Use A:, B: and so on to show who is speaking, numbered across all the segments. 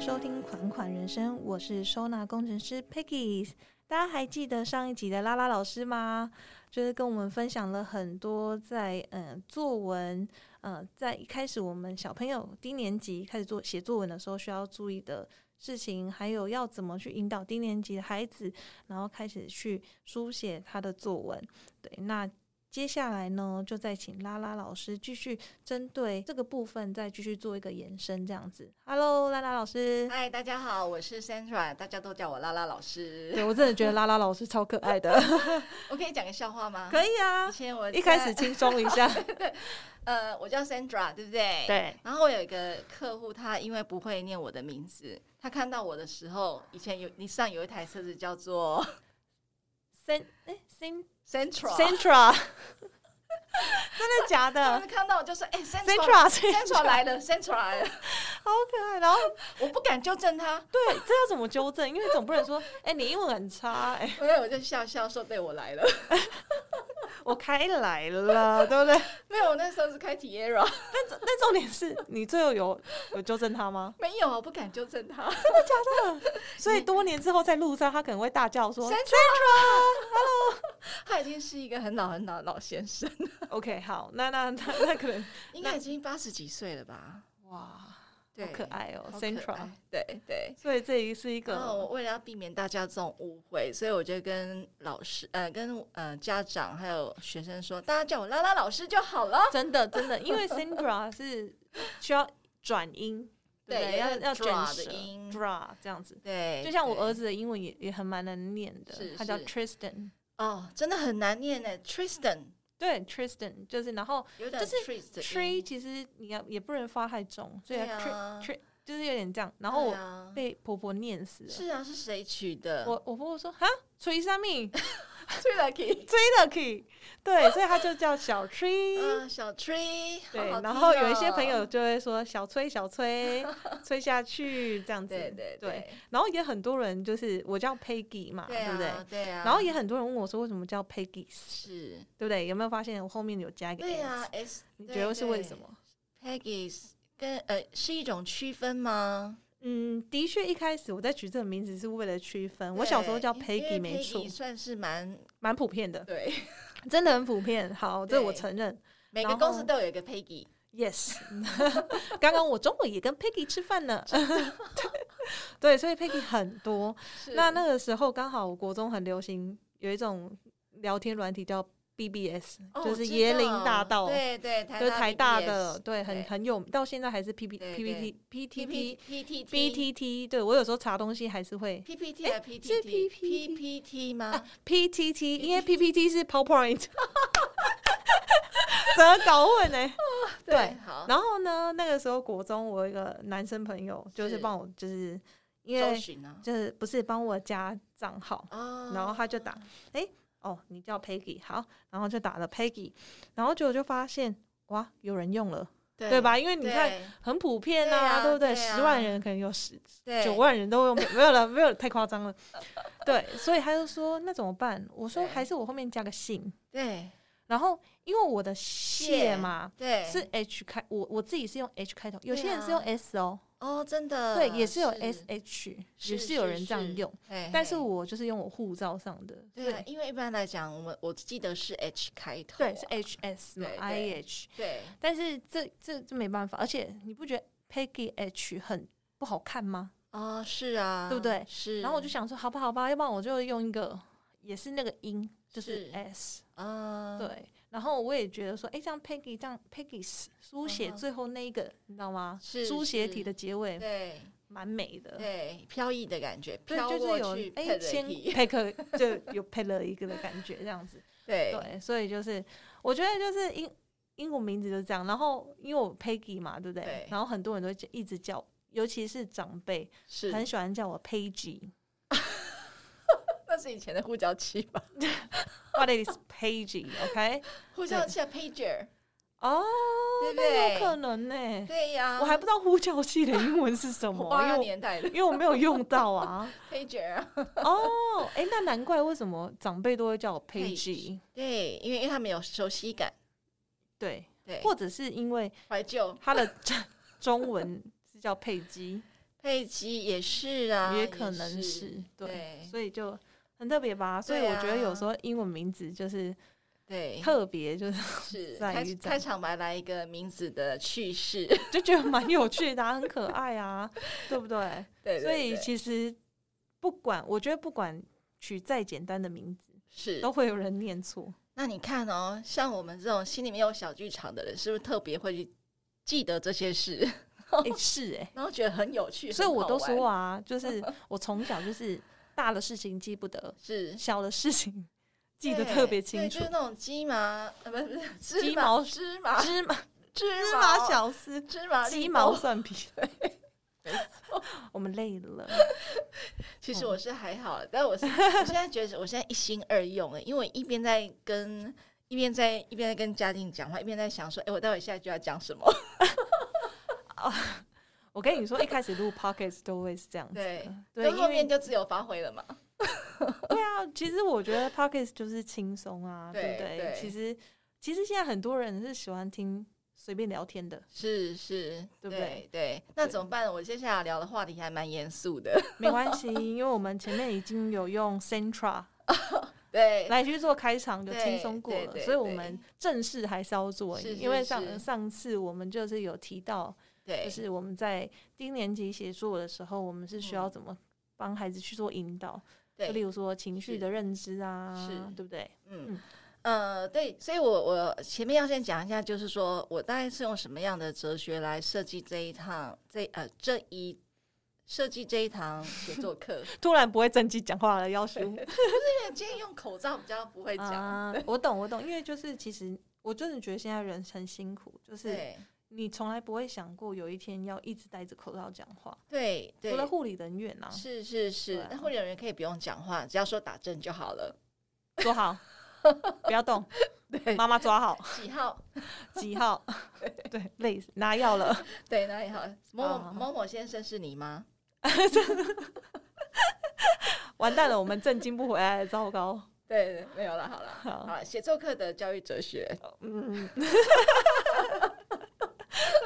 A: 收听《款款人生》，我是收纳工程师 Peggy。大家还记得上一集的拉拉老师吗？就是跟我们分享了很多在嗯、呃作文，呃，在一开始我们小朋友低年级开始做写作文的时候需要注意的事情，还有要怎么去引导低年级的孩子，然后开始去书写他的作文。对，那。接下来呢，就再请拉拉老师继续针对这个部分再继续做一个延伸，这样子。Hello，拉拉老师。
B: 嗨，大家好，我是 Sandra，大家都叫我拉拉老师。
A: 对哎我真的觉得拉拉老师超可爱的，
B: 我可以讲个笑话吗？
A: 可以啊
B: 以。前我
A: 一开
B: 在
A: 始轻松一下，
B: 呃，我叫 Sandra，对不 对？。
A: 对，
B: 然后我有一个客户，他因为不会念我的名字，他看到我的时候，以前有你上有一台车子叫做
A: Cen 哎 Cen
B: Central，
A: Centra，真的假
B: 他
A: 的
B: 们看到我就说：“哎、c e n t r a
A: ？Centra
B: c e n t r a 来了，Central 来了。
A: 好可爱。然后”
B: 我不敢纠正他，
A: 对，这要怎么纠正？因为总不能说，哎，你英文很差， 哎，
B: 所以我就笑笑说：“对我来了。
A: 我开来了， 对不对？”
B: 没有，我那时候是开 Tierra，
A: 但重点是你最后有有纠正他吗？
B: 没有，我不敢纠正他。
A: 所以多年之后在路上，他可能会大叫说
B: 他已经是一个很老很老的老先生，
A: ：“OK，好，那那那那可能
B: 应该已经八十几岁了吧？
A: 哇，好
B: 对，
A: 可爱哦
B: 好可
A: ，Centra
B: 爱。。对对。
A: 所以这一是一
B: 然后我
A: 个
B: 为了要避免大家这种误会，所以我就跟老师、呃，跟呃家长还有学生说，大家叫我拉拉老师就好了。
A: 真的真的，因为 Centra 是需要转音，
B: 对
A: 不对，
B: 有
A: 要
B: 一个
A: 要卷
B: draw
A: 舌
B: 的音
A: ，draw 这样子。
B: 对，
A: 就像我
B: 对
A: 儿子的英文也也很蛮能念的
B: 是，
A: 他叫
B: 是
A: Tristan，
B: 哦，真的很难念呢，Tristan
A: 对 Tristan 就是，然后
B: 有点
A: 就是
B: Tris 的
A: tree
B: 音
A: 其实你要也不能发太重，所以
B: 对
A: 要 tri
B: 啊
A: tri 就是有点这样，然后
B: 对
A: 我
B: 啊
A: 被婆婆念死了。
B: 是啊，是谁取的？
A: 我我婆婆说哈，吹啥 命，
B: 最 lucky，
A: 吹 lucky，对，所以他就叫小 tree。
B: 嗯，小 Tree，好
A: 对
B: 好，
A: 然
B: 听
A: 后有一些
B: 哦
A: 朋友，就会说小吹小吹，吹下去这样子。
B: 对对对
A: 然后也很多人就是我叫 Peggy 嘛，
B: 对
A: 对不对？
B: 啊对啊，
A: 然后也很多人问我说为什么叫 Peggy，
B: 是
A: 对不对？有没有发现我后面有加一个
B: 对啊
A: s？
B: ，S，
A: 你觉得是为什
B: 么
A: 么？
B: ？Peggy 跟呃是一种区分吗？
A: 嗯，的确一开始我在取这个名字是为了区分，我小时候叫
B: 对因为
A: Peggy 没错
B: Peggy，算是蛮
A: 蛮普遍的，
B: 对，
A: 真的很普遍。好，这我
B: 对
A: 承认。
B: 每
A: 然
B: 个
A: 后
B: 公司都有一个 Peggy，
A: Yes，刚刚我中午也跟 Peggy 吃饭呢。 对，所以 Peggy 很多。
B: 是
A: 那那个时候刚好国中很流行有一种聊天软体叫 BBS，、
B: 哦
A: 就
B: 我
A: 是
B: 知
A: 椰林
B: 道
A: 大道，
B: 对对，台
A: 就是台大
B: BBS
A: 的，对，很
B: 对
A: 很有，到现在还是 P P
B: 对
A: P P T P T P
B: P T
A: B T T，对我有时候查东西还是会
B: P P T 还 P T
A: 是
B: T
A: PPT
B: P P T 吗？
A: P T T，因为 P P T 是 PowerPoint，怎么搞混呢、对
B: 好，
A: 然后呢，那个时候国中我有一个男生朋友，就是
B: 是
A: 帮我，就是因
B: 搜
A: 为
B: 寻啊，
A: 就是不是帮我加账号，
B: 哦
A: 然后他就打，哎、哦，你叫 Peggy 好，然后就打了 Peggy，然后结果就发现哇，有人用了，
B: 对
A: 对吧？？因为你看
B: 对
A: 很普遍
B: 对
A: 啊，
B: 啊
A: 对不对？
B: 对啊
A: 十万人可能有十
B: 对，
A: 九万人都用，没有了，没有太夸张了。对，所以他就说那怎么办？我说
B: 对
A: 还是我后面加个姓，
B: 对
A: 然后因为我的谢
B: 谢
A: 嘛，
B: 对
A: 是 H 开，我我自己是用 H 开头，有
B: 对
A: 些人是用
B: 啊
A: S 哦，
B: 哦，真的
A: 对，也是有 S H，也
B: 是
A: 是有人这样
B: 是
A: 用，
B: 嘿
A: 但是
B: 嘿
A: 我就是用我护照上的，
B: 对啊，因为一般来讲，我们我记得是 H 开头啊，
A: 对，是 H S 嘛
B: 对对
A: ，I H，
B: 对，
A: 但是这这这没办法，而且你不觉得 Peggy H 很不好看吗？
B: 哦，是啊，
A: 对不对
B: 是，
A: 然后我就想说，好吧好吧，要不然我就用一个也是那个音，就是
B: 是
A: S，
B: 啊，
A: 对。然后我也觉得说，哎，这样 Peggy 这样 Peggy 书写
B: 嗯哼
A: 最后那一个，你知道吗？
B: 是
A: 书写体
B: 是
A: 的结尾
B: 对
A: 蛮美的，
B: 对，飘逸的感觉，
A: 呃对，
B: 飘
A: 就是有
B: 过去，
A: 哎，
B: 配了一
A: 先
B: 批
A: 配克就有配了一个的感觉，这样子。
B: 对
A: 对，所以就是我觉得就是英英文名字就是这样，然后因为我 Peggy 嘛，对不对？
B: 对
A: 然后很多人都会一直叫，尤其是长辈
B: 是，
A: 很喜欢叫我 Peggy。
B: 那是以前的呼叫器吧？
A: What is Peggy？OK？、
B: 呼叫器啊，pager，
A: 哦，
B: 对不
A: 那有
B: 对
A: 可能呢、
B: 对呀，
A: 我还不知道呼叫器的英文是什
B: 我
A: 么，
B: 八
A: 因
B: 二
A: 为
B: 年代
A: 我
B: 的
A: 因为我没有用到啊。
B: pager 啊，
A: 哦，哎、那难怪为什么长辈都会叫我 Peggy，
B: 对，因为因为他们有熟悉感，
A: 对，
B: 对，
A: 或者是因为
B: 怀旧
A: 它的中文是叫佩姬，
B: 佩姬也是啊，
A: 也可能
B: 是
A: 是对，
B: 对
A: 所以就很特别吧。所以
B: 对
A: 我觉得有
B: 啊
A: 时候英文名字就是
B: 对，
A: 特别，就是
B: 是
A: 在
B: 开
A: 于在
B: 开场白来一个名字的趣事，
A: 就觉得蛮有趣的啊、很可爱啊，对不对？
B: 对对
A: 所以
B: 对
A: 其实不管，我觉得不管取再简单的名字，
B: 是
A: 都会有人念错。
B: 那你看哦，像我们这种心里面有小剧场的人，是不是特别会去记得这些事，
A: 诶，是诶，
B: 然后觉得很有趣？
A: 所以
B: 哦很
A: 我
B: 好
A: 都说
B: 玩
A: 啊， 就是我从小就是大的事情记不得，
B: 是
A: 小的事 情记得
B: 嗯对
A: 特别
B: 对
A: 清楚
B: 就是。那种鸡麻， 呃，不是不是芝
A: 鸡
B: 麻
A: 毛
B: 芝麻
A: 芝麻
B: 芝
A: 芝麻小丝，
B: 芝麻
A: 鸡
B: 绿
A: 毛
B: 豆。
A: 蒜皮。 我们累了，
B: 其实
A: 嗯
B: 我是还好，但 我是我现在觉得我现在一心二用哎，因为我一边在跟一边在一边在跟嘉靖讲话，一边在想说，哎，我待会下一句要讲什么？
A: 我跟你说，一开始录 podcast 都会是这样子
B: 对
A: 的，对，
B: 那 后
A: 因为
B: 面就自由发挥了嘛。
A: 对啊，其实我觉得 podcast 就是轻松啊，对不
B: 对
A: 对？
B: 对
A: 其实其实现在很多人是喜欢听随便聊天的，
B: 是是，
A: 对不
B: 对对，那
A: 对
B: 怎么办？我接下来聊的话题还蛮严 肃的，
A: 没关 系，因为我们前面已经有用 Centra
B: 对，
A: 来去做开场，就
B: 对
A: 轻松过
B: 对
A: 了，
B: 对
A: 所以我
B: 对
A: 们正式还是要做，
B: 是
A: 因为
B: 是
A: 上
B: 是
A: 上次我们就是有提到，就
B: 对，
A: 是我们在低年级写作的时候，我们是需要
B: 嗯
A: 怎么帮孩子去做引导，就例
B: 对，
A: 如说情绪
B: 是
A: 的认知啊，
B: 是
A: 对不对？嗯
B: 嗯。呃，对，所以我我前面要先讲一下，就是说我大概是用什么样的哲学来设计这一趟这呃这一设计这一堂写作 课。
A: 突然不会正经讲话了，要输。
B: 因为今天用口罩比较不会讲，
A: 啊，我懂，我懂，因为就是其实我真的觉得现在人很辛苦，就是
B: 对
A: 你从来不会想过有一天要一直戴着口罩讲话，
B: 对
A: 除了
B: 对，
A: 护理人员啊，
B: 是是是
A: 对，
B: 那
A: 啊
B: 护理人员可以不用讲话，只要说打针就 好了。
A: 坐好， 不要动，
B: 对，
A: 妈妈抓好
B: 几号？
A: 几号，对，累死，拿药了，
B: 对，哪里好？某
A: 哦好
B: 某
A: 好
B: 某某先生是你吗？
A: 完蛋了，我们震惊不回来了，糟糕，
B: 对，对没有了，好了，
A: 好
B: 好了，写作课的教育哲学，
A: 嗯，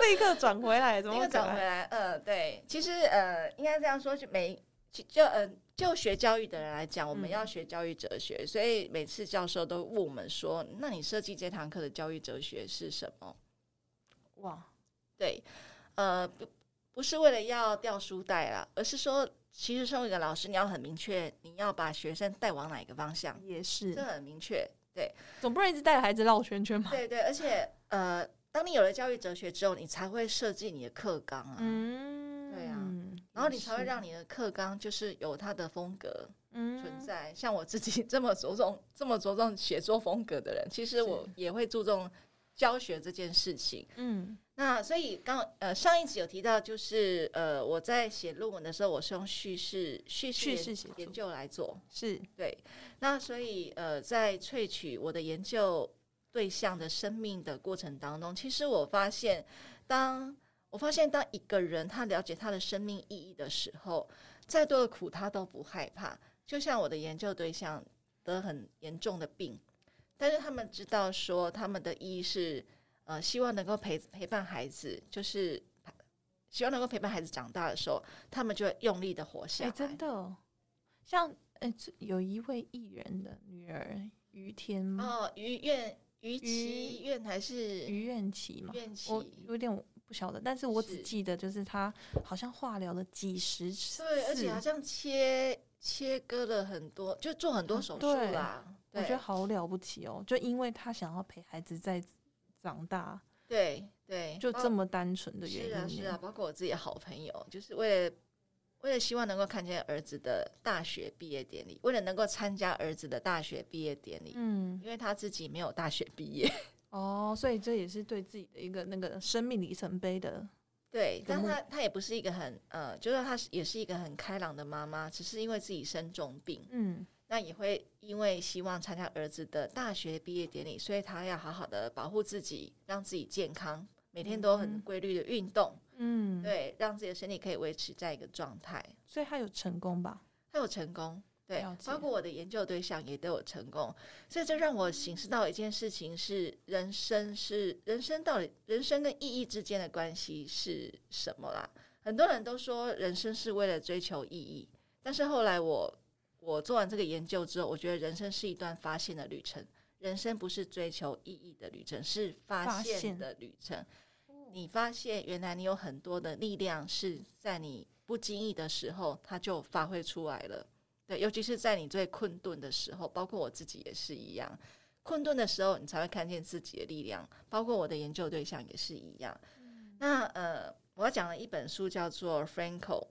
A: 立刻转回来，怎么
B: 那
A: 会
B: 个
A: 转
B: 讲
A: 回
B: 回
A: 来？
B: 来，呃，对，其实呃，应该这样说，就每就就呃，就学教育的人来讲，我们
A: 嗯
B: 要学教育哲学，所以每次教授都问我们说，那你设计这堂课的教育哲学是什么？
A: 哇，
B: 对，呃，不不是为了要掉书袋啦，而是说，其实身为一个老师，你要很明确，你要把学生带往哪一个方向，
A: 也
B: 这
A: 是，
B: 很明确。
A: 总不能一直带着孩子绕圈圈嘛，
B: 对对，而且呃，当你有了教育哲学之后，你才会设计你的课纲啊，
A: 嗯，
B: 对啊然后你才会
A: 也是
B: 让你的课纲就是有它的风格存
A: 嗯
B: 在。像我自己 这么着重、这么着重写作风格的人，其实我也会注重教学这件事情。
A: 嗯
B: 那所以刚呃上一集有提到，就是呃我在写论文的时候，我是用叙事叙事
A: 叙
B: 研
A: 事写作
B: 研究来做。
A: 是
B: 对，那所以呃，在萃取我的研究对象的生命的过程当中，其实我发现，当我发现当一个人他了解他的生命意义的时候，再多的苦他都不害怕。就像我的研究对象得很严重的病，但是他们知道说他们的意义是呃，希望能够陪陪伴孩子，就是。希望能够陪伴孩子长大的时候，他们就会用力的活下
A: 哎、
B: 来。
A: 真的哦，像哎、这有一位艺人的女儿于天吗
B: 哦，于愿于
A: 于
B: 其愿还是
A: 于愿琪嘛，
B: 愿其？
A: 我有点不晓得，但是我只
B: 是
A: 记得就是她好像化疗了几十次，
B: 对，而且好像切切割了很多，就做很多手术
A: 啊对
B: 啦。
A: 我
B: 对
A: 觉得好了不起哦，就因为她想要陪孩子再长大，
B: 对对，
A: 就
B: 包
A: 这么单纯的原
B: 是
A: 因
B: 啊
A: 呢，
B: 哦是啊，包括我自己的好朋友，就是为了。为了希望能够看见儿子的大学毕业典礼，为了能够参加儿子的大学毕业典礼，
A: 嗯，
B: 因为他自己没有大学毕业，
A: 哦，所以这也是对自己的一个那个生命里程碑的，
B: 对，但
A: 目
B: 他他也不是一个很呃，就是他是也是一个很开朗的妈妈，只是因为自己生重病，
A: 嗯，
B: 那也会因为希望参加儿子的大学毕业典礼，所以他要好好的保护自己，让自己健康，每天都
A: 嗯
B: 很规律的运动，
A: 嗯，，
B: 对，让自己的身体可以维持在一个状态。
A: 所以她有成功吧？
B: 他有成功，对
A: 了，解
B: 包括我的研究对象也都有成功，所以这让我醒思到一件事情是：人生是人生到底人生跟意义之间的关系是什么啦？很多人都说人生是为了追求意义，但是后来我我做完这个研究之后，我觉得人生是一段发现的旅程，人生不是追求意义的旅程，是
A: 发
B: 发
A: 现
B: 现的旅程。你发现原来你有很多的力量是在你不经意的时候，它就发挥出来了。对，尤其是在你最困顿的时候，包括我自己也是一样。困顿的时候，你才会看见自己的力量，包括我的研究对象也是一样。那呃，我要讲的一本书叫做 Franco。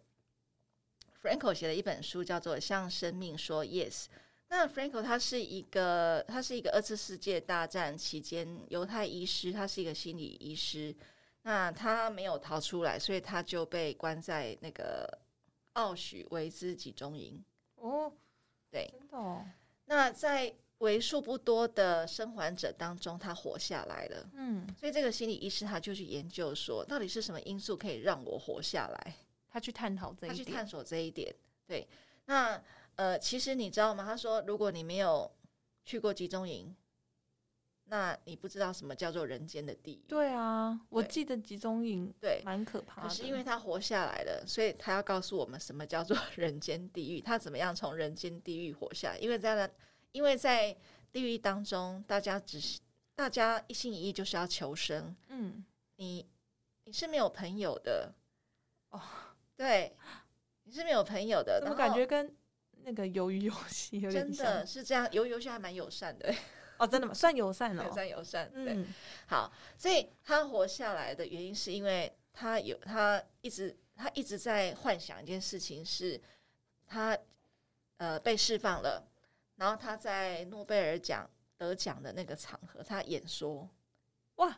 B: Franco 写了一本书叫做《向生命说 Yes》。那 Franco 他是一个，他是一个二次世界大战期间犹太医师，他是一个心理医师。那他没有逃出来，所以他就被关在那个奥许维兹集中营。
A: 哦，
B: 对，
A: 真的哦，
B: 那在为数不多的生还者当中，他活下来了。
A: 嗯，
B: 所以这个心理医师他就去研究说，到底是什么因素可以让我活下来？
A: 他去探讨这
B: 他
A: 一
B: 去
A: 点，
B: 探索这一点。对，那呃，其实你知道吗？他说，如果你没有去过集中营，那你不知道什么叫做人间的地狱。
A: 对啊，我
B: 对
A: 记得集中营
B: 对，
A: 蛮可怕
B: 可
A: 的，
B: 是因为他活下来了，所以他要告诉我们什么叫做 人间地狱，他怎么样从人间地狱活下来？因为在那，因为在地狱当中，大家只是大家一心一意就是要求生，
A: 嗯，
B: 你你是没有朋友的
A: 哦，
B: 对，你是没有朋友的，
A: 怎么
B: 呃然
A: 感
B: 后
A: 觉跟那个鱿鱼游戏有点
B: 真
A: 像？
B: 的是这样？游游戏还蛮友善的，
A: 哦，真的吗？算友 善了、
B: 友善友善，对。
A: 嗯，
B: 好，所以他活下来的原因是因为他有他一直他一直在幻想一件事情是，他呃被释放了，然后他在诺贝尔奖得奖的那个场合，他演说，
A: 哇，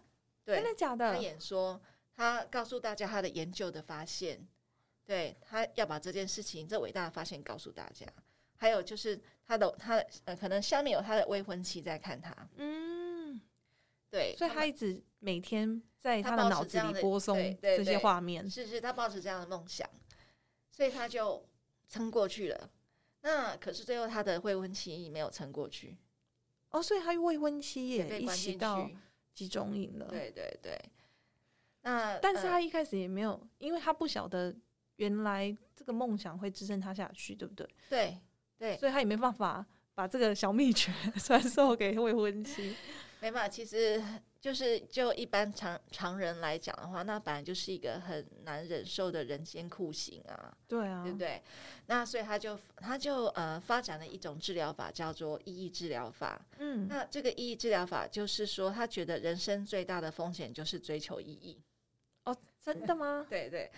A: 真
B: 对
A: 的，假
B: 他
A: 的？
B: 演说，他告诉大家他的研究的发现，对他要把这件事情这伟大的发现告诉大家，还有就是他的他的呃可能下面有他的未婚妻在看他，
A: 嗯，
B: 对，
A: 所以
B: 他
A: 他一直每天在
B: 他
A: 他的
B: 保
A: 脑
B: 持
A: 子
B: 这样
A: 里
B: 的
A: 播送
B: 对对
A: 这些
B: 对
A: 画面，
B: 是是，他抱持这样的梦想，所以他就撑过去了。那可是最后他的未婚妻没有撑过去，
A: 哦，所以他未婚妻
B: 也
A: 也
B: 被
A: 一
B: 关
A: 起
B: 进
A: 到
B: 去。
A: 集中营了。，
B: 对对对，那
A: 但是
B: 呃
A: 他一开始也没有，因为他不晓得原来这个梦想会支撑他下去，对不对？
B: 对对
A: 所以他也没办法把这个小秘诀 传授给未婚妻。
B: 没办法，其实就是就一般常常人来讲的话，那本来就是一个很难忍受的人间酷刑啊，
A: 对啊，
B: 对不对？那所以他就他就呃发展了一种治疗法，叫做意义治疗法。
A: 嗯，
B: 那这个意义治疗法就是说，他觉得人生最大的风险就是追求意义。
A: 哦，真的吗？
B: 对对，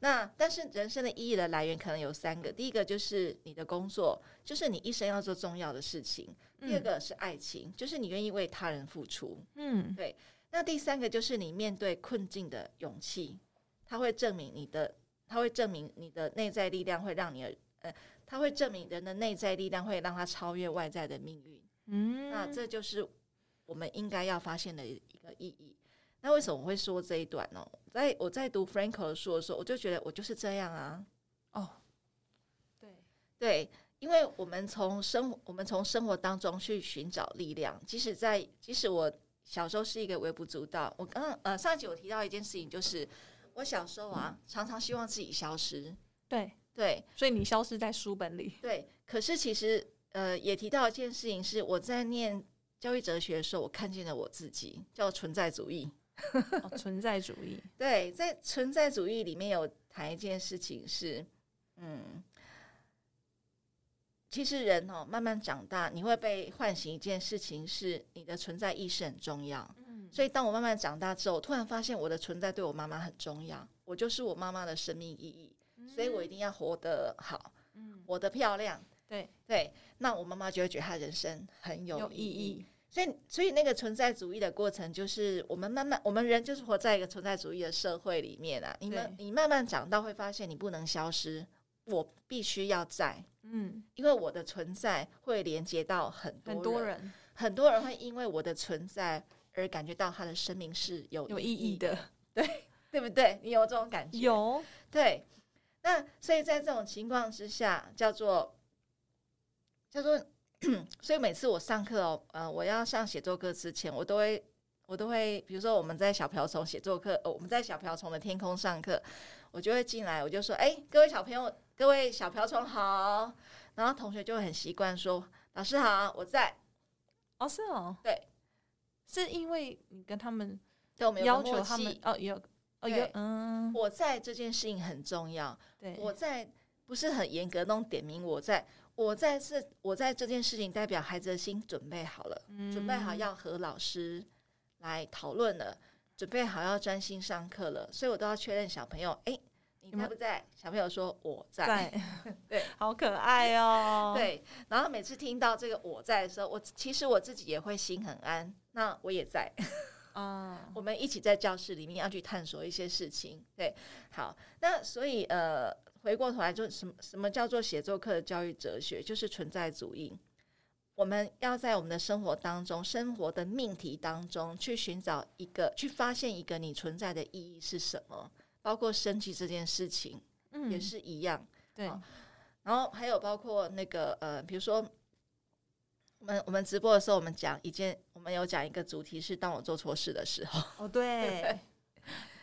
B: 那但是人生的意义的来源可能有三个，第一个就是你的工作，就是你一生要做重要的事情；
A: 嗯
B: 第二个是爱情，就是你愿意为他人付出；
A: 嗯，嗯，
B: 那第三个就是你面对困境的勇气，它会证明你的，它会证明你的内在力量会让你的，呃，它会证明人的内在力量会让他超越外在的命运。
A: 嗯，
B: 那这就是我们应该要发现的一个意义。那为什么我会说这一段呢？在我在读 Franco 的书的时候，我就觉得我就是这样啊，
A: 哦，对，
B: 对，因为我们从生活，我们从生活当中去寻找力量，即使在即使我小时候是一个微不足道，我刚刚呃上一集我提到一件事情，就是我小时候啊，常常希望自己消失，
A: 对，
B: 对，
A: 所以你消失在书本 里，
B: 对，可是其实呃，也提到一件事情，是我在念教育哲学的时候，我看见了我自己，叫存在主义。
A: 哦、存在主义，
B: 对，在存在主义里面有谈一件事情是，嗯，其实人哦，慢慢长大，你会被唤醒一件事情是，你的存在意识很重要。
A: 嗯，
B: 所以，当我慢慢长大之后，突然发现我的存在对我妈妈很重要，我就是我妈妈的生命意义，所以我一定要活得好，
A: 嗯，
B: 活得漂亮，
A: 对，
B: 对，那我妈妈就会觉得她人生很有
A: 有
B: 意
A: 意义，
B: 所以，所以那个存在主义的过程，就是我们慢慢，我们人就是活在一个存在主义的社会里面啊。你们，你慢慢长大会发现，你不能消失，我必须要在，
A: 嗯，
B: 因为我的存在会连接到很多
A: 很多
B: 人，
A: 人
B: 很多人会因为我的存在而感觉到他的生命是有
A: 有意
B: 意
A: 义，的，
B: 对不对？你有这种感觉？
A: 有，
B: 对，那所以在这种情况之下，叫做 叫做，所以每次我上课哦，呃，我要上写作课之前，我都会我我都会，比如说我们在小瓢虫写作课，哦，我们在小瓢虫的天空上课，我就会进来，我就说，哎，各位小朋友，各位小瓢虫好，然后同学就会很习惯说，老师好，我在，
A: 哦，是哦，
B: 对，
A: 是因为你跟他们
B: 对，我们有
A: 要
B: 个默
A: 求他们
B: 契，
A: 哦，有哦
B: 对
A: 有嗯，
B: 我在这件事情很重要，
A: 对，
B: 我在不是很严格那种点名，我在。我在这，我在这件事情代表孩子的心准备好了，准备好
A: 嗯
B: 要和老师来讨论了，准备好要专心上课了，所以我都要确认小朋友，哎、你
A: 有没
B: 在
A: 有
B: 不在？小朋友说我在，
A: 在
B: 对，
A: 好可爱哦，，
B: 对。然后每次听到这个我在的时候，我其实我自己也会心很安，那我也在，
A: 啊，
B: 我们一起在教室里面要去探索一些事情。对，好，那所以呃，回过头来就什么什么叫做写作课的教育哲学，就是存在主义。我们要在我们的生活当中，生活的命题当中去寻找一个，去发现一个你存在的意义是什么，包括升级这件事情
A: 嗯，
B: 也是哦一样。
A: 对，
B: 好然后还有包括那个呃，比如说我们我们直播的时候，我们讲一件，我们有讲一个主题是当我做错事的时候。
A: 哦对，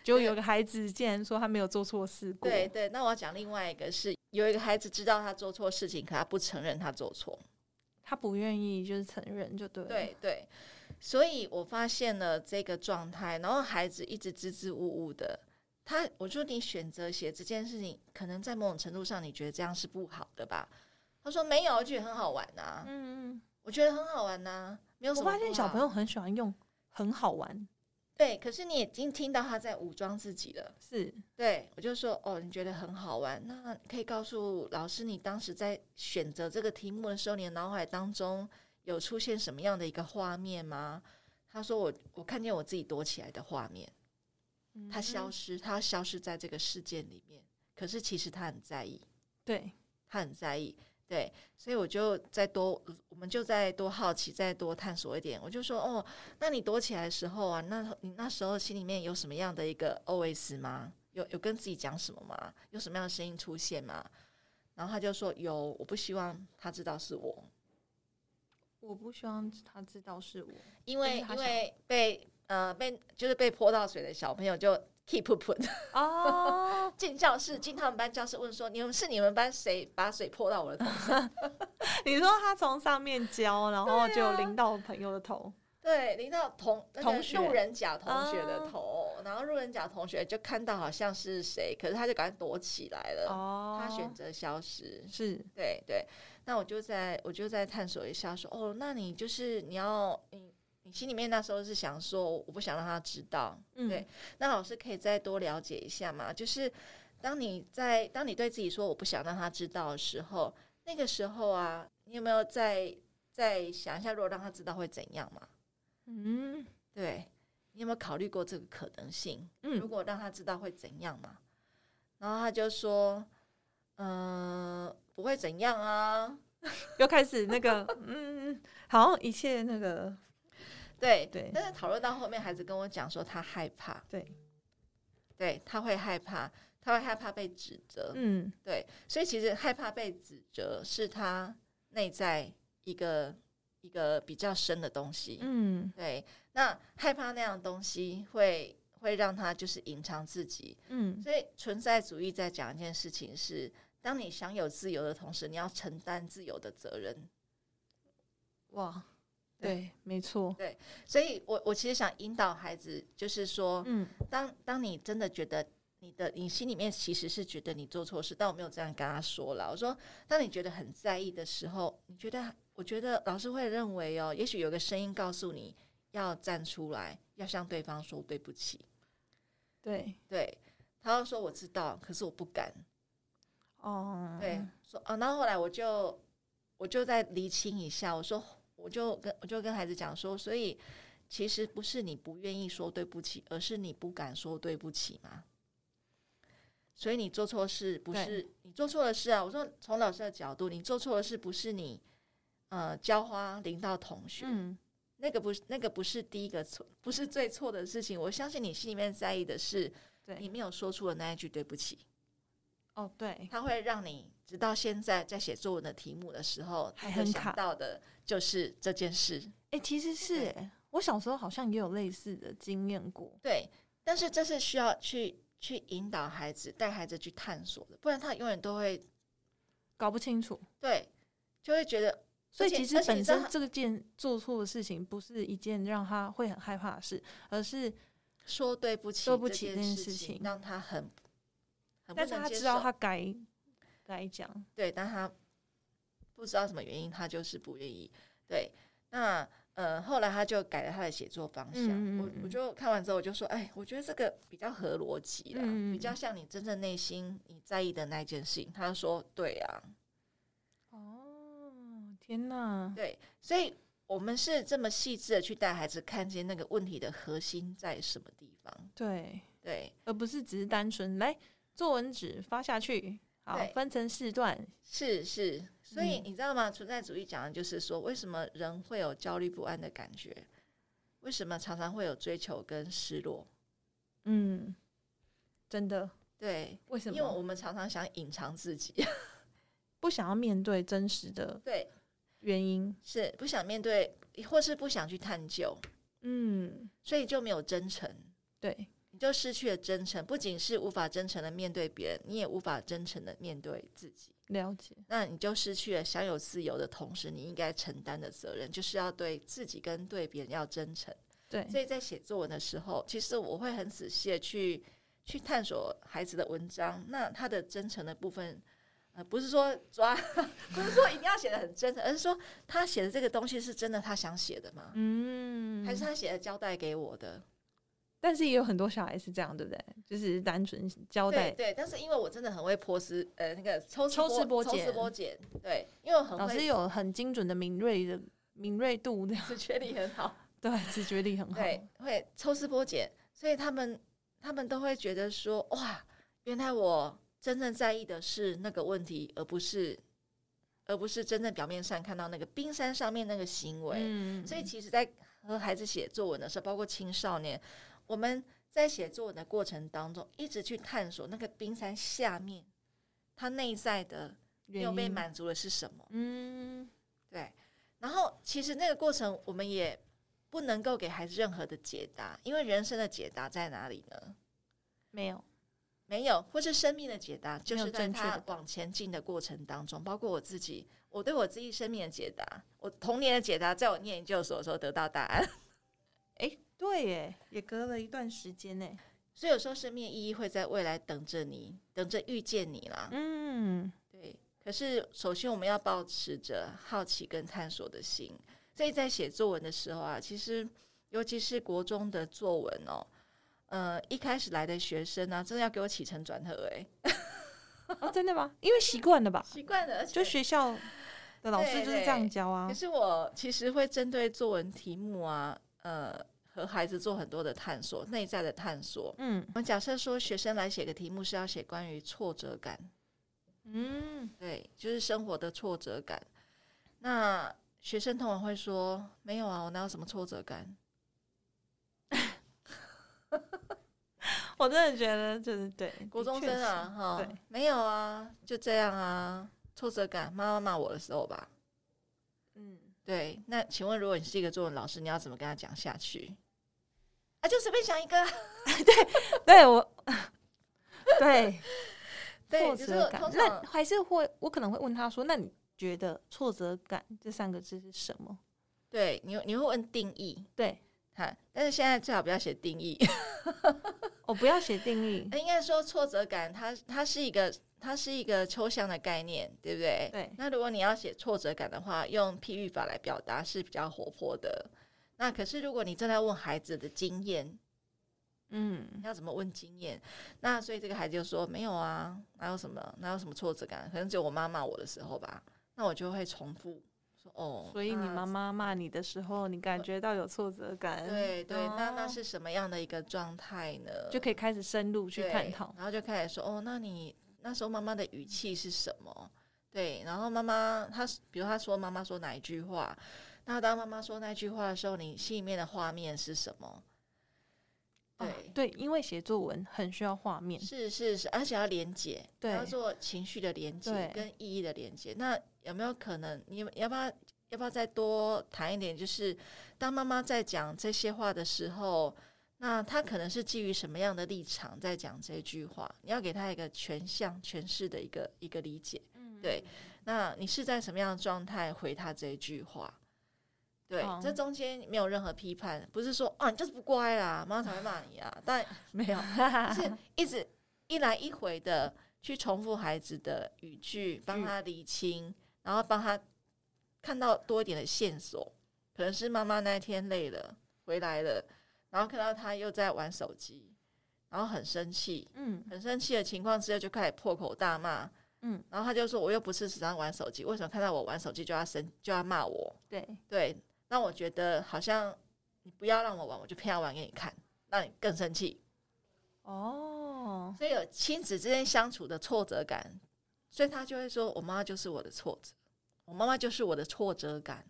A: 就有个孩子竟然说他没有做错事过，
B: 对对，那我要讲另外一个是，有一个孩子知道他做错事情，可他不承认他做错。
A: 他不愿意就是承认就对了，
B: 对对，所以我发现了这个状态，然后孩子一直支支吾吾的。他，我说你选择写这件事情，可能在某种程度上你觉得这样是不好的吧？他说没有，我觉得很好玩呐、
A: 嗯，嗯，
B: 我觉得很好玩呐、没有
A: 嗯
B: 什
A: 我
B: 么。
A: 发现小朋友很喜欢用很好玩，
B: 对，可是你已经听到他在武装自己了。
A: 是
B: 对，我就说哦，你觉得很好玩，那可以告诉老师，你当时在选择这个题目的时候，你的脑海当中有出现什么样的一个画面吗？他说我我看见我自己躲起来的画面，他消
A: 失，
B: 失，他要消失在这个事件里面。可是其实他很在意，
A: 对，
B: 他很在意，对，所以我就再多，我们就再多好奇，再多探索一点。我就说哦，那你躲起来的时候啊，那你那时候心里面有什么样的一个 OS 吗？有有跟自己讲什么吗？有什么样的声音出现吗？然后他就说有，我不希望他知道是我，
A: 我不希望他知道是我，
B: 因
A: 但
B: 为
A: 是他
B: 因为被呃被就是被泼到水的小朋友就 keep put
A: 哦，
B: 进教室，进他们班教室问说你们是你们班谁把水泼到我的头
A: 你说他从上面浇，然后
B: 啊
A: 就淋到朋友的头，
B: 对，淋到同那个
A: 同学哦
B: 路人甲同学的头，然后路人甲同学就看到好像是谁，可是他就赶快躲起来了，
A: 哦，
B: 呃他选择消失。
A: 是
B: 对对，那我就在我就在探索一下说哦，那你就是你要你你心里面那时候是想说，我不想让他知道，
A: 嗯
B: 对那老师可以再多了解一下嘛？就是当你在当你对自己说我不想让他知道的时候，那个时候啊，你有没有在在想一下，如果让他知道会怎样嘛？
A: 嗯
B: 对你有没有考虑过这个可能性？如
A: 嗯，
B: 果让他知道会怎样嘛？然后他就说，嗯、不会怎样啊。
A: 又开始那个嗯，好像一切那个
B: 对
A: 对
B: 但是讨论到后面，孩子跟我讲说他害怕，
A: 对，
B: 对，他会害怕，他会害怕被指责，
A: 嗯
B: 对，所以其实害怕被指责是他内在一个一个比较深的东西。
A: 嗯
B: 对，那害怕那样的东西会会让他就是隐藏自己，
A: 嗯，
B: 所以存在主义在讲一件事情是：当你享有自由的同时，你要承担自由的责任。
A: 哇，
B: 对
A: 对，没错，
B: 所以我我其实想引导孩子，就是说，
A: 嗯
B: 当当你真的觉得你的你心里面其实是觉得你做错事，但我没有这样跟他说了。我说，当你觉得很在意的时候，你觉得我觉得老师会认为哦，也许有个声音告诉你要站出来，要向对方说对不起。
A: 对
B: 对，他要说我知道，可是我不敢。
A: 哦，
B: 对，说啊，然后后来我就我就再厘清一下，我说我就跟我就跟孩子讲说，所以其实不是你不愿意说对不起，而是你不敢说对不起嘛。所以你做错事不
A: 对
B: 是你做错了事啊！我说从老师的角度，你做错的事不是你呃浇花淋到同学，
A: 嗯
B: 那个不是那个不是第一个错，不是最错的事情。我相信你心里面在意的是你
A: 对，
B: 没有说出的那一句对不起。
A: 哦对，
B: 它会让你直到现在在写作文的题目的时候，
A: 还
B: 你会
A: 很
B: 想
A: 卡
B: 到的就是这件事。
A: 哎，其实是
B: 对
A: 哎我小时候好像也有类似的经验过。
B: 对，但是这是需要去去引导孩子，带孩子去探索的，不然他永远都会
A: 搞不清楚。
B: 对，就会觉得，
A: 所以
B: 而且
A: 其
B: 而
A: 实
B: 且你
A: 本
B: 知道
A: 身
B: 他
A: 这个件做错的事情，不是一件让他会很害怕的事，而是
B: 说对不起，
A: 说不起
B: 这
A: 这件
B: 事
A: 事情
B: 让他很很不
A: 但是
B: 能
A: 他
B: 接
A: 知道
B: 受
A: 他该该讲，
B: 对，但他不知道什么原因，他就是不愿意。对，那呃，后来他就改了他的写作方向。
A: 嗯嗯
B: 我
A: 嗯
B: 我
A: 嗯
B: 就看完之后，我就说，哎，我觉得这个比较合逻辑啦，
A: 嗯嗯
B: 比较
A: 嗯
B: 像你真正内心你在意的那一件事情。他就说，对啊，
A: 哦，天哪！
B: 对，所以我们是这么细致的去带孩子看见那个问题的核心在什么地方。
A: 对，
B: 对，
A: 而不是只是单纯来作文纸发下去，好
B: 对
A: 分成四段。
B: 是是，所以
A: 嗯
B: 你知道吗？存在主义讲的就是说，为什么人会有焦虑不安的感觉？为什么常常会有追求跟失落？
A: 嗯，真的，
B: 对，
A: 为什
B: 因为
A: 么
B: 我们常常想隐藏自己，
A: 不想要面对真实的
B: 对，
A: 原因？
B: 是不想面对，或是不想去探究，
A: 嗯，
B: 所以就没有真诚，
A: 对，
B: 你就失去了真诚。不仅是无法真诚的面对别人，你也无法真诚的面对自己。
A: 了解。
B: 那你就失去了享有自由的同时，你应该承担的责任，就是要对自己跟对别人要真诚。
A: 对，
B: 所以在写作文的时候，其实我会很仔细的去去探索孩子的文章，那他的真诚的部分，呃，不是说抓， 不是说一定要写的很真诚，而是说他写的这个东西是真的他想写的吗？
A: 嗯，
B: 还是他写的交代给我的？
A: 但是也有很多小孩是这样，对不对？就是单纯交
B: 对
A: 代，
B: 对，但是因为我真的很会剖丝，呃，那个抽丝
A: 抽丝剥
B: 抽丝
A: 茧
B: 剥茧，对，因为我很
A: 老师
B: 会，
A: 有很精准的敏锐的敏锐度的，
B: 直 觉力很好，
A: 对，直觉力很好。
B: 对，会抽丝剥茧，所以他们他们都会觉得说，哇，原来我真正在意的是那个问题，而不是而不是真正表面上看到那个冰山上面那个行为。
A: 嗯，
B: 所以其实，在和孩子写作文的时候，包括青少年，我们在写作文的过程当中，一直去探索那个冰山下面，它内在的没
A: 原
B: 有被
A: 因，
B: 满足的是什么。
A: 嗯，
B: 对，然后其实那个过程我们也不能够给孩子任何的解答，因为人生的解答在哪里呢？
A: 没有，
B: 没有，或是生命的解答，就
A: 没有
B: 是在
A: 正确
B: 他
A: 的
B: 往前进的过程当中，包括我自己，我对我自己生命的解答，我童年的解答，在我念研究所的时候得到答案，
A: 哎，对，耶，也隔了一段时间呢。
B: 所以有时候生命的意义会在未来等着你，等着遇见你啦。
A: 嗯，
B: 对，可是首先我们要保持着好奇跟探索的心，所以在写作文的时候啊，其实尤其是国中的作文哦，呃，一开始来的学生呢、真的要给我起承转合哎，
A: 哦， 真的吗？因为习惯了吧？
B: 习惯了，而且
A: 就学校的老
B: 对
A: 师就是这样教啊
B: 可。是我其实会针对作文题目啊，呃，和孩子做很多的探索，内在的探索。
A: 嗯
B: 我们假设说学生来写个题目是要写关于挫折感，
A: 嗯，
B: 对，就是生活的挫折感。那学生通常会说：“没有啊，我哪有什么挫折感
A: 我真的觉得就是对？”
B: 国中生，啊，哈
A: 对，
B: 没有啊，就这样啊，挫折感。妈妈骂我的时候吧，
A: 的确是嗯，
B: 对。那请问，如果你是一个作文老师，你要怎么跟他讲下去？啊，就随便想一个啊，
A: 对 我，对。
B: 对，
A: 挫
B: 就是
A: 折感
B: 通。
A: 那
B: 常
A: 还是会，我可能会问他说：“那你觉得挫折感这三个字是什么
B: 对你你会问定义，？”
A: 对，
B: 哈，但是现在最好不要写定义，
A: 我哦不要写定义。
B: 应该说挫折感它，它是一个它是一个抽象的概念，对不对？
A: 对
B: 那如果你要写挫折感的话，用譬喻法来表达是比较活泼的。那可是如果你正在问孩子的经验，
A: 嗯
B: 你要怎么问经验？那所以这个孩子就说没有啊，哪有什么哪有什么挫折感？可能只有我妈骂我的时候吧。那我就会重复说哦，
A: 所以你
B: 那
A: 妈妈骂你的时候，你感觉到有挫折感，
B: 对对，那那
A: 哦
B: 是什么样的一个状态呢？
A: 就可以开始深入去
B: 对
A: 探讨。
B: 然后就开始说哦，那你那时候妈妈的语气是什么？对，然后妈妈她比如她说妈妈说哪一句话，那当妈妈说那句话的时候，你心里面的画面是什么？对，
A: 啊对，因为写作文很需要画面。
B: 是是是，而且要连接，
A: 对
B: 要做情绪的连接
A: 对
B: 跟意义的连接。那有没有可能你要不要要不要再多谈一点？就是当妈妈在讲这些话的时候，那她可能是基于什么样的立场在讲这句话？你要给她一个全向诠释的一个一个理解。
A: 嗯
B: 对，那你是在什么样的状态回她这一句话？对，
A: 哦
B: 这中间没有任何批判，不是说啊你就是不乖啦，妈妈才会骂你 啊，但没有，就是一直一来一回的去重复孩子的语句，帮他理清，然后帮他看到多一点的线索。可能是妈妈那一天累了回来了，然后看到他又在玩手机，然后很生气，
A: 嗯
B: 很生气的情况之下就开始破口大骂。
A: 嗯，
B: 然后他就说：“我又不是时常玩手机，为什么看到我玩手机就要生就要骂我？”
A: 对，
B: 对，那我觉得好像你不要让我玩，我就偏要玩给你看，让你更生气。
A: 哦，
B: 所以有亲子之间相处的挫折感，所以他就会说：“我妈妈就是我的挫折，我妈妈就是我的挫折感，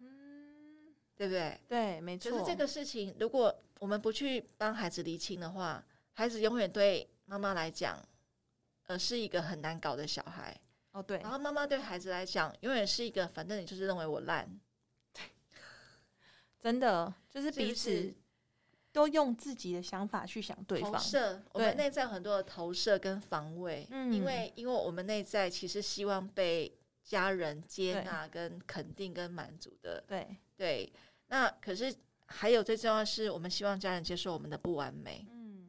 A: 嗯，
B: 对不对
A: 对，没？”错，
B: 就是这个事情，如果我们不去帮孩子厘清的话，孩子永远对妈妈来讲，呃，是一个很难搞的小孩。
A: 哦，对
B: 然，后妈妈对孩子来讲，永远是一个反正你就是认为我烂，
A: 真的就是
B: 是不
A: 彼
B: 是
A: 此都用自己的想法去想对
B: 投
A: 方，
B: 射，我们
A: 对
B: 内在有很多的投射跟防卫，
A: 嗯
B: 因为因为我们内在其实希望被家人接
A: 对
B: 纳、跟肯定、跟满足的，
A: 对，
B: 对。那可是还有最重要的是，我们希望家人接受我们的不完美。
A: 嗯，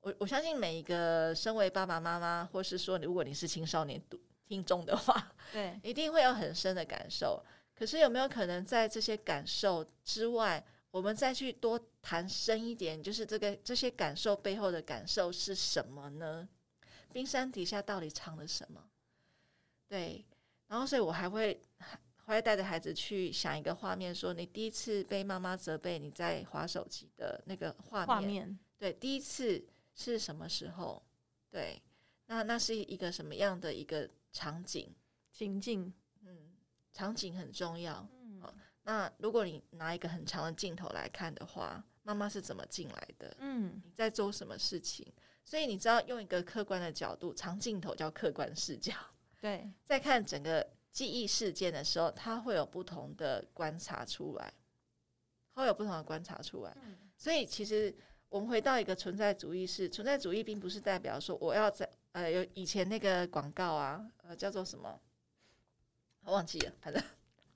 B: 我我相信每一个身为爸爸妈妈，或是说如果你是青少年读听众的话，
A: 对，
B: 一定会有很深的感受。可是有没有可能在这些感受之外，我们再去多谈深一点，就是这个这些感受背后的感受是什么呢？冰山底下到底藏了什么？对，然后所以我还会还会带着孩子去想一个画面，说你第一次被妈妈责备你在划手机的那个画
A: 画面，
B: 对，第一次是什么时候？对，那那是一个什么样的一个场景？
A: 情境，
B: 嗯，场景很重要。
A: 嗯
B: 好那如果你拿一个很长的镜头来看的话，妈妈是怎么进来的？
A: 嗯，
B: 你在做什么事情？所以你知道用一个客观的角度，长镜头叫客观视角，
A: 对，
B: 在看整个记忆事件的时候，它会有不同的观察出来，它会有不同的观察出来。
A: 嗯
B: 所以其实我们回到一个存在主义是，存在主义并不是代表说我要在呃有以前那个广告啊，呃叫做什么，我忘记了，反正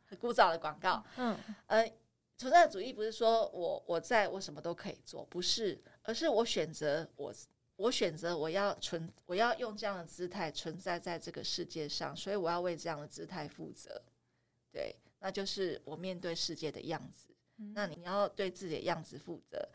B: 很古早的广告。
A: 嗯，
B: 呃，存在主义不是说我我在我什么都可以做，不是，而是我选择我我选择我要存我要用这样的姿态存在在这个世界上，所以我要为这样的姿态负责。对，那就是我面对世界的样子。那你要对自己的样子负责。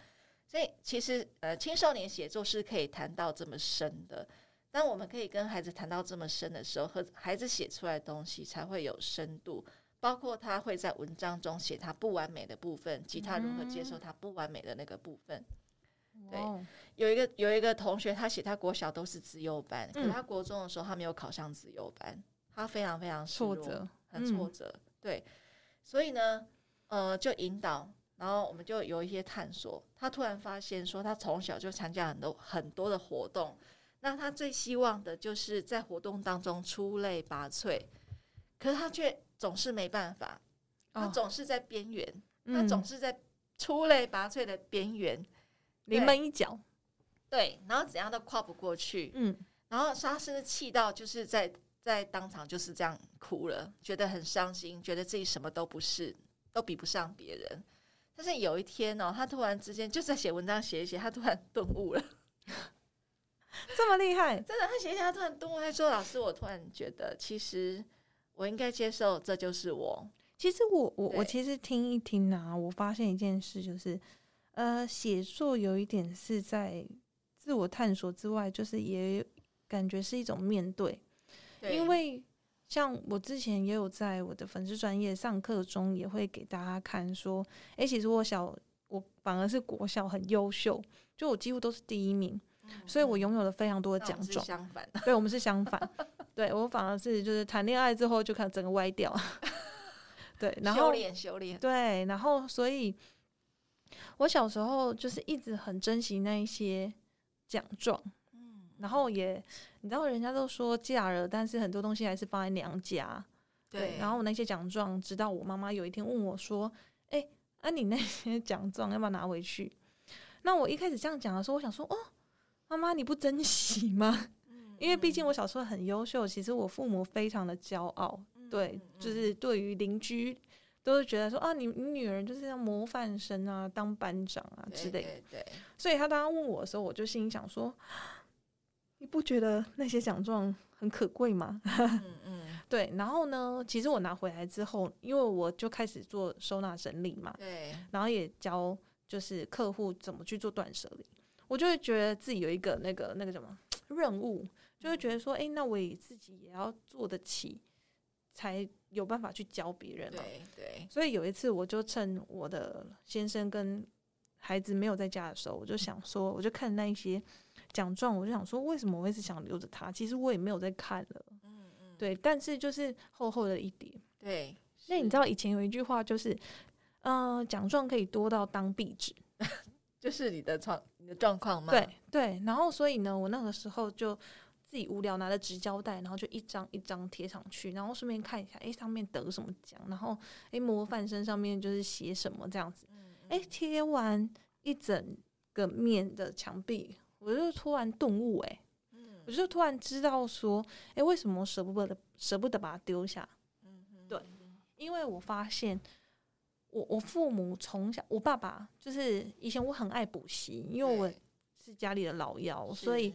B: 所以其实呃，青少年写作是可以谈到这么深的。当我们可以跟孩子谈到这么深的时候，和孩子写出来的东西才会有深度，包括他会在文章中写他不完美的部分，及他如何接受他不完美的那个部分。对
A: 哇哦
B: 有一个有一个同学，他写他国小都是资优班，可
A: 嗯
B: 是他国中的时候他没有考上资优班，他非常非常失
A: 挫
B: 落
A: 折，嗯
B: 很挫折。对，所以呢，呃，就引导，然后我们就有一些探索。他突然发现说，他从小就参加很多很多的活动，那他最希望的就是在活动当中出类拔萃，可是他却总是没办法，他
A: 哦
B: 总是在边缘，他
A: 嗯
B: 总是在出类拔萃的边缘。
A: 临
B: 对
A: 门一脚，
B: 对，然后怎样都跨不过去，
A: 嗯，
B: 然后莎是气到就是在在当场就是这样哭了，觉得很伤心，觉得自己什么都不是，都比不上别人。但是有一天哦，他突然之间就在写文章写一写，他突然 顿悟了，
A: 这么厉害，
B: 真的，他写一写，他突然顿悟，他说：“老师，我突然觉得其实我应该接受这就是我。
A: 其实我我
B: 对
A: 我其实听一听啊，我发现一件事就是，呃，写作有一点是在自我探索之外，就是也感觉是一种面对，
B: 对”
A: 因为像我之前也有在我的粉丝专业上课中，也会给大家看说，诶、其实我小我反而是国小很优秀，就我几乎都是第一名，所以我拥有了非常多的
B: 哦那我
A: 奖
B: 们是
A: 状。
B: 相反，
A: 对我们是相反， 对我反而是就是谈恋爱之后就看整个歪掉， 对，然
B: 修
A: 后
B: 炼修炼，
A: 对，然后所以，我小时候就是一直很珍惜那一些奖状，
B: 嗯
A: 然后也你知道人家都说嫁了，但是很多东西还是放在娘家，
B: 对，
A: 然后我那些奖状，直到我妈妈有一天问我说：“哎、啊，你那些奖状要不要拿回去？”那我一开始这样讲的时候，我想说：“哦，妈妈你不珍惜吗？”
B: 嗯
A: 因为毕竟我小时候很优秀，其实我父母非常的骄傲，
B: 嗯
A: 对，就是对于邻居都是觉得说：“啊，你你女儿就是要模范生啊，当班长啊之类的。”
B: 的，嗯对， 对
A: 所以他当他问我的时候，我就心里想说：“你不觉得那些奖状很可贵吗？”
B: 嗯嗯，
A: 对，然后呢，其实我拿回来之后，因为我就开始做收纳整理嘛，
B: 对，
A: 然后也教就是客户怎么去做断舍离，我就会觉得自己有一个那个那个什么任务，就会觉得说，哎、那我也自己也要做得起，才有办法去教别人嘛。
B: 对对，
A: 所以有一次，我就趁我的先生跟孩子没有在家的时候，我就想说，我就看那一些奖状，我就想说，为什么我一直想留着它？其实我也没有在看了。
B: 嗯嗯，
A: 对，但是就是厚厚的一叠。
B: 对。
A: 那你
B: 是
A: 知道以前有一句话就是，呃，奖状可以多到当壁纸。
B: 就是你的状你的状况吗？
A: 对，对，然后所以呢，我那个时候就自己无聊拿着纸胶带，然后就一张一张贴上去，然后顺便看一下，诶，上面得什么奖，然后诶，模范生上面就是写什么这样子。诶，贴完一整个面的墙壁，我就突然顿悟、诶，
B: 嗯
A: 我就突然知道说，诶，为什么舍不得舍不得把它丢下？
B: 嗯
A: 对，因为我发现我我父母从小，我爸爸就是以前我很爱补习，因为我
B: 对
A: 是家里的老幺，
B: 是
A: 所以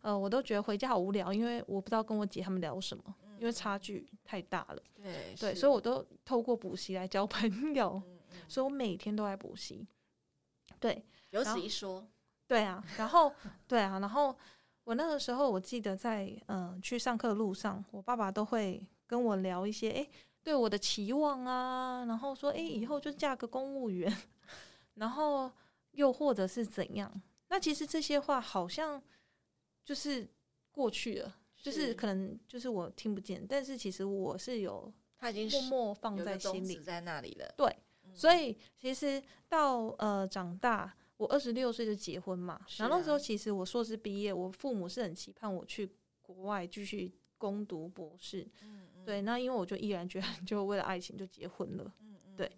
A: 呃，我都觉得回家好无聊，因为我不知道跟我姐他们聊什么，因为差距太大了。
B: 嗯对
A: 对，
B: 是嗯
A: 所以我都透过补习来交朋友，所以我每天都在补习。对，
B: 有
A: 然
B: 此
A: 后
B: 一说，
A: 对啊，然后对啊，然后我那个时候我记得在嗯、呃去上课的路上，我爸爸都会跟我聊一些诶对我的期望啊，然后说诶以后就嫁个公务员， 然后又或者是怎样。那其实这些话好像就是过去了，就是
B: 是
A: 可能就是我听不见，但是其实我是有
B: 他已经
A: 默
B: 是
A: 默放
B: 有一
A: 在
B: 个
A: 心
B: 种
A: 里
B: 子。在那里了。嗯
A: 所以其实到呃长大，我二十六岁就结婚嘛，
B: 是
A: 然后那
B: 啊
A: 时候其实我硕士毕业，我父母是很期盼我去国外继续攻读博士，
B: 嗯
A: 对，那因为我就毅然决然就为了爱情就结婚了，
B: 嗯
A: 对，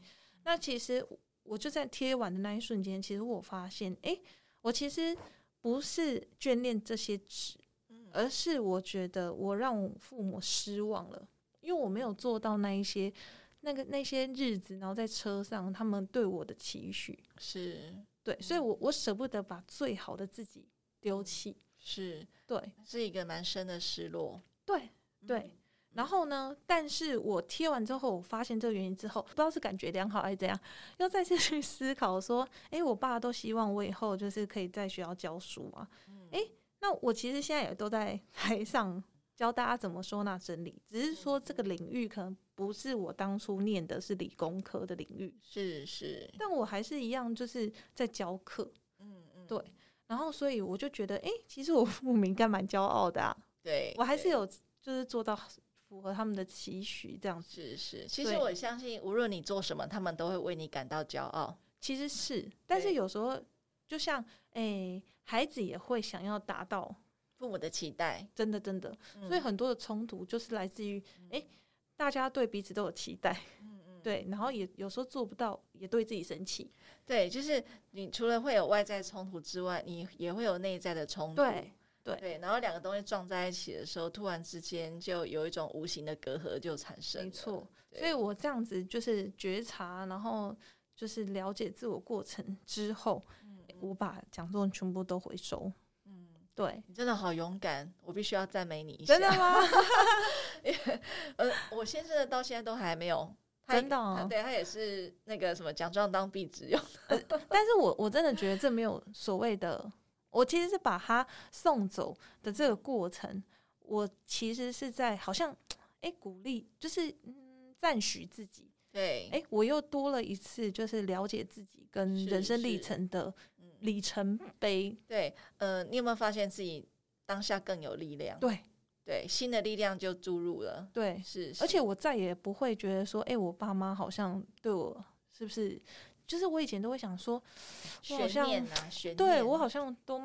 A: 那其实我就在贴完的那一瞬间，其实我发现，诶，我其实不是眷恋这些纸，而是我觉得我让我父母失望了，因为我没有做到那一些那个那些日子，然后在车上他们对我的期许，
B: 是
A: 对，所以我我舍不得把最好的自己丢弃，
B: 是
A: 对
B: 是一个蛮深的失落。
A: 对对。然后呢？但是我贴完之后，我发现这个原因之后，不知道是感觉良好还是怎样，又再次 去思考说：诶，我爸都希望我以后就是可以在学校教书啊。诶，那我其实现在也都在 台上教大家怎么收纳整理，只是说这个领域可能不是我当初念的是理工科的领域，
B: 嗯是是，
A: 但我还是一样就是在教课，
B: 嗯嗯，
A: 对然后所以我就觉得，诶，其实我父母应该蛮骄傲的啊，
B: 对，
A: 我还是
B: 对
A: 有就是做到符合他们的期许这样子，
B: 是是。其实
A: 对
B: 我相信，无论你做什么，他们都会为你感到骄傲。
A: 其实是，但是
B: 对
A: 有时候就像诶、孩子也会想要达到，
B: 父母的期待，嗯
A: 真的真的，所以很多的冲突就是来自于诶、大家对彼此都有期待，
B: 嗯
A: 对，然后也有时候做不到，也对自己生气，
B: 对，就是你除了会有外在冲突之外，你也会有内在的冲突。
A: 对对
B: 对，然后两个东西撞在一起的时候，突然之间就有一种无形的隔阂就产生。
A: 没错，。
B: 对
A: 所以我这样子就是觉察，然后就是了解自我过程之后，
B: 嗯
A: 我把奖状全部都回收，嗯，对。
B: 你真的好勇敢，我必须要赞美你一下。
A: 真的吗？
B: 呃，我先生的到现在都还没有，他
A: 真的哦
B: 他对他也是那个什么奖状当壁纸用。
A: 但是我我真的觉得这没有所谓的，我其实是把他送走的这个过程，我其实是在好像诶鼓励，就是嗯赞许自己，
B: 对，
A: 诶，我又多了一次就是了解自己跟
B: 是
A: 人生历
B: 是嗯
A: 程的里程碑，
B: 对，呃，你有没有发现自己当下更有力量？
A: 对
B: 对，新的力量就注入了。
A: 对，
B: 是，
A: 而
B: 是
A: 且我再也不会觉得说，诶，我爸妈好像对我是不是？就是我以前都会想说，我好
B: 悬
A: 像
B: 念啊，悬念。
A: 对我好像都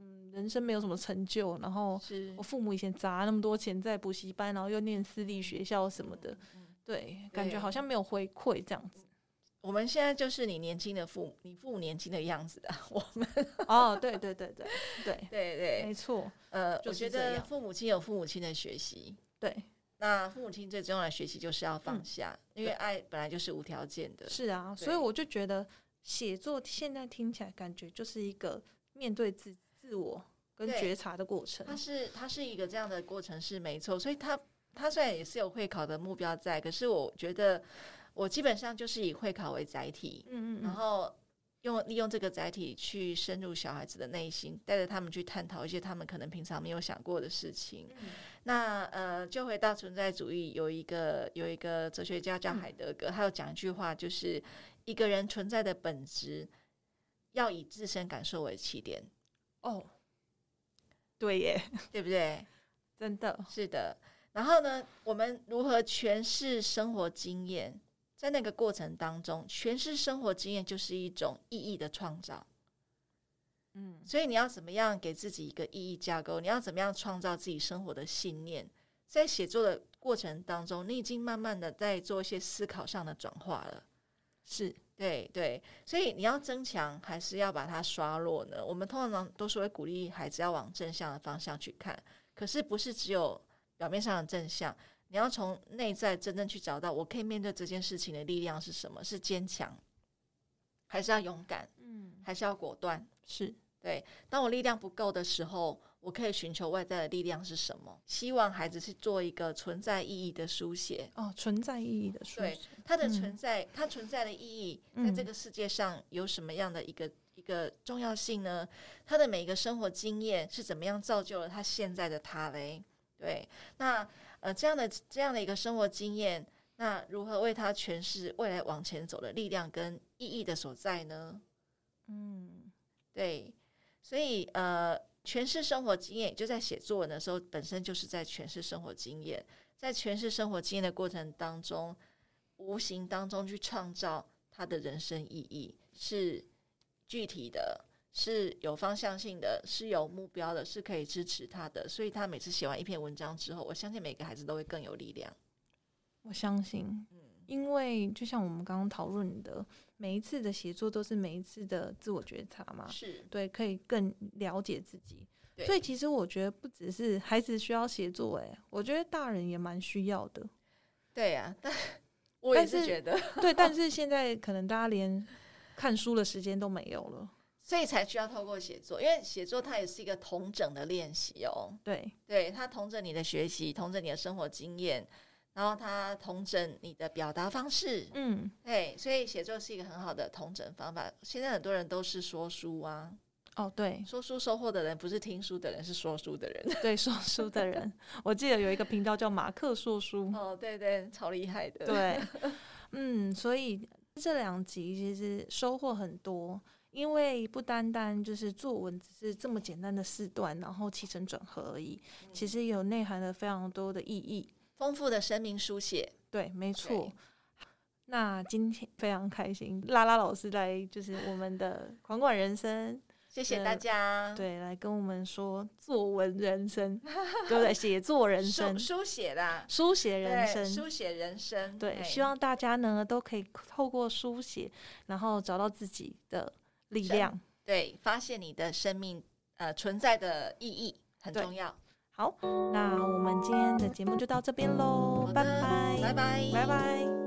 A: 嗯人生没有什么成就，然后
B: 是嗯
A: 我父母以前砸那么多钱在补习班，然后又念私立学校什么的，对，感觉
B: 对
A: 好像没有回馈这样 子。
B: 我们现在就是你年轻的父母，你父母年轻的样子啊。 我们
A: 哦，对对对对对，
B: 对对，
A: 没错，
B: 呃，
A: 就
B: 我
A: 是
B: 觉
A: 这
B: 得
A: 样
B: 父母亲有父母亲的学习，
A: 对，
B: 那父母亲最重要的学习就是要放
A: 嗯
B: 下，因为爱本来就是无条件的。
A: 是啊，所以
B: 对
A: 我就觉得写作现在听起来感觉就是一个面对自自我跟
B: 对
A: 觉察的过程
B: 它。是它是一个这样的过程是没错，所以它它虽然也是有会考的目标在，可是我觉得我基本上就是以会考为载体，
A: 嗯嗯
B: 然
A: 嗯，
B: 后用利用这个载体去深入小孩子的内心，带着他们去探讨一些他们可能平常没有想过的事情。那呃，就回到存在主义，有一个有一个哲学家叫
A: 嗯
B: 海德格，他有讲一句话，就是一个人存在的本质要以自身感受为起点，
A: 哦，对耶，
B: 对不对？
A: 真的，
B: 是的。然后呢，我们如何诠释生活经验？在那个过程当中，诠释生活经验就是一种意义的创造。
A: 嗯，
B: 所以你要怎么样给自己一个意义架构？你要怎么样创造自己生活的信念？在写作的过程当中，你已经慢慢的在做一些思考上的转化了。
A: 是
B: 对对，所以你要增强还是要把它刷弱呢？我们通常都是会鼓励孩子要往正向的方向去看，可是不是只有表面上的正向，你要从内在真正去找到我可以面对这件事情的力量是什么？是坚强，还是要勇敢，
A: 嗯，
B: 还是要果断？
A: 是
B: 对，当我力量不够的时候，我可以寻求外在的力量是什么？希望孩子去做一个存在意义的书写，
A: 哦，存在意义的书
B: 对
A: 写，
B: 它的
A: 嗯
B: 存在，它存在的意义，在这
A: 嗯
B: 个世界上有什么样的一个一个重要性呢？他的每一个生活经验是怎么样造就了他现在的他嘞？对，那呃这样的这样的一个生活经验，那如何为他诠释未来往前走的力量跟意义的所在呢？
A: 嗯，
B: 对，所以呃，诠释生活经验，就在写作文的时候，本身就是在诠释生活经验，在诠释生活经验的过程当中，无形当中去创造他的人生意义，是具体的，是有方向性的，是有目标的，是可以支持他的。所以他每次写完一篇文章之后，我相信每个孩子都会更有力量。
A: 我相信，
B: 嗯，
A: 因为就像我们刚刚讨论的，每一次的写作都是每一次的自我觉察嘛，
B: 是
A: 对，可以更了解自己。
B: 对
A: 所以其实我觉得不只是孩子需要写作，哎，我觉得大人也蛮需要的。
B: 对呀、 但我也
A: 但
B: 是
A: 是
B: 觉得。
A: 对，但是现在可能大家连看书的时间都没有了。
B: 所以才需要透过写作，因为写作它也是一个同整的练习哦。
A: 对，
B: 对，它同整你的学习，同整你的生活经验，然后它同整你的表达方式。
A: 嗯，
B: 对，所以写作是一个很好的同整方法。现在很多人都是说书啊，
A: 哦，对
B: 说书收获的人不是听书的人，是说书的人。
A: 对，说书的人，我记得有一个频道叫马克说书，
B: 哦，对对，超厉害
A: 嗯
B: 的。，
A: 对， 嗯，所以这两集其实收获很多，因为不单单就是作文只是这么简单的四段，然后起承转合而已，其实有内涵了非常多的意义。
B: 丰富的声明书写，
A: 对，没错
B: 对。
A: 那今天非常开心，拉拉老师来就是我们的狂管人生，
B: 谢谢
A: 嗯
B: 大家。
A: 对，来跟我们说作文人生，对 不对？写作人生
B: 书、书写啦，
A: 书写人
B: 对
A: 生，
B: 书写人生。
A: 对，
B: 嘿
A: 希望大家呢都可以透过书写，然后找到自己的力
B: 生
A: 量。
B: 对，发现你的生命呃存在的意义很
A: 对
B: 重要。
A: 好，那我们今天的节目就到这边喽
B: 好，的
A: 拜拜，
B: 拜拜，
A: 拜拜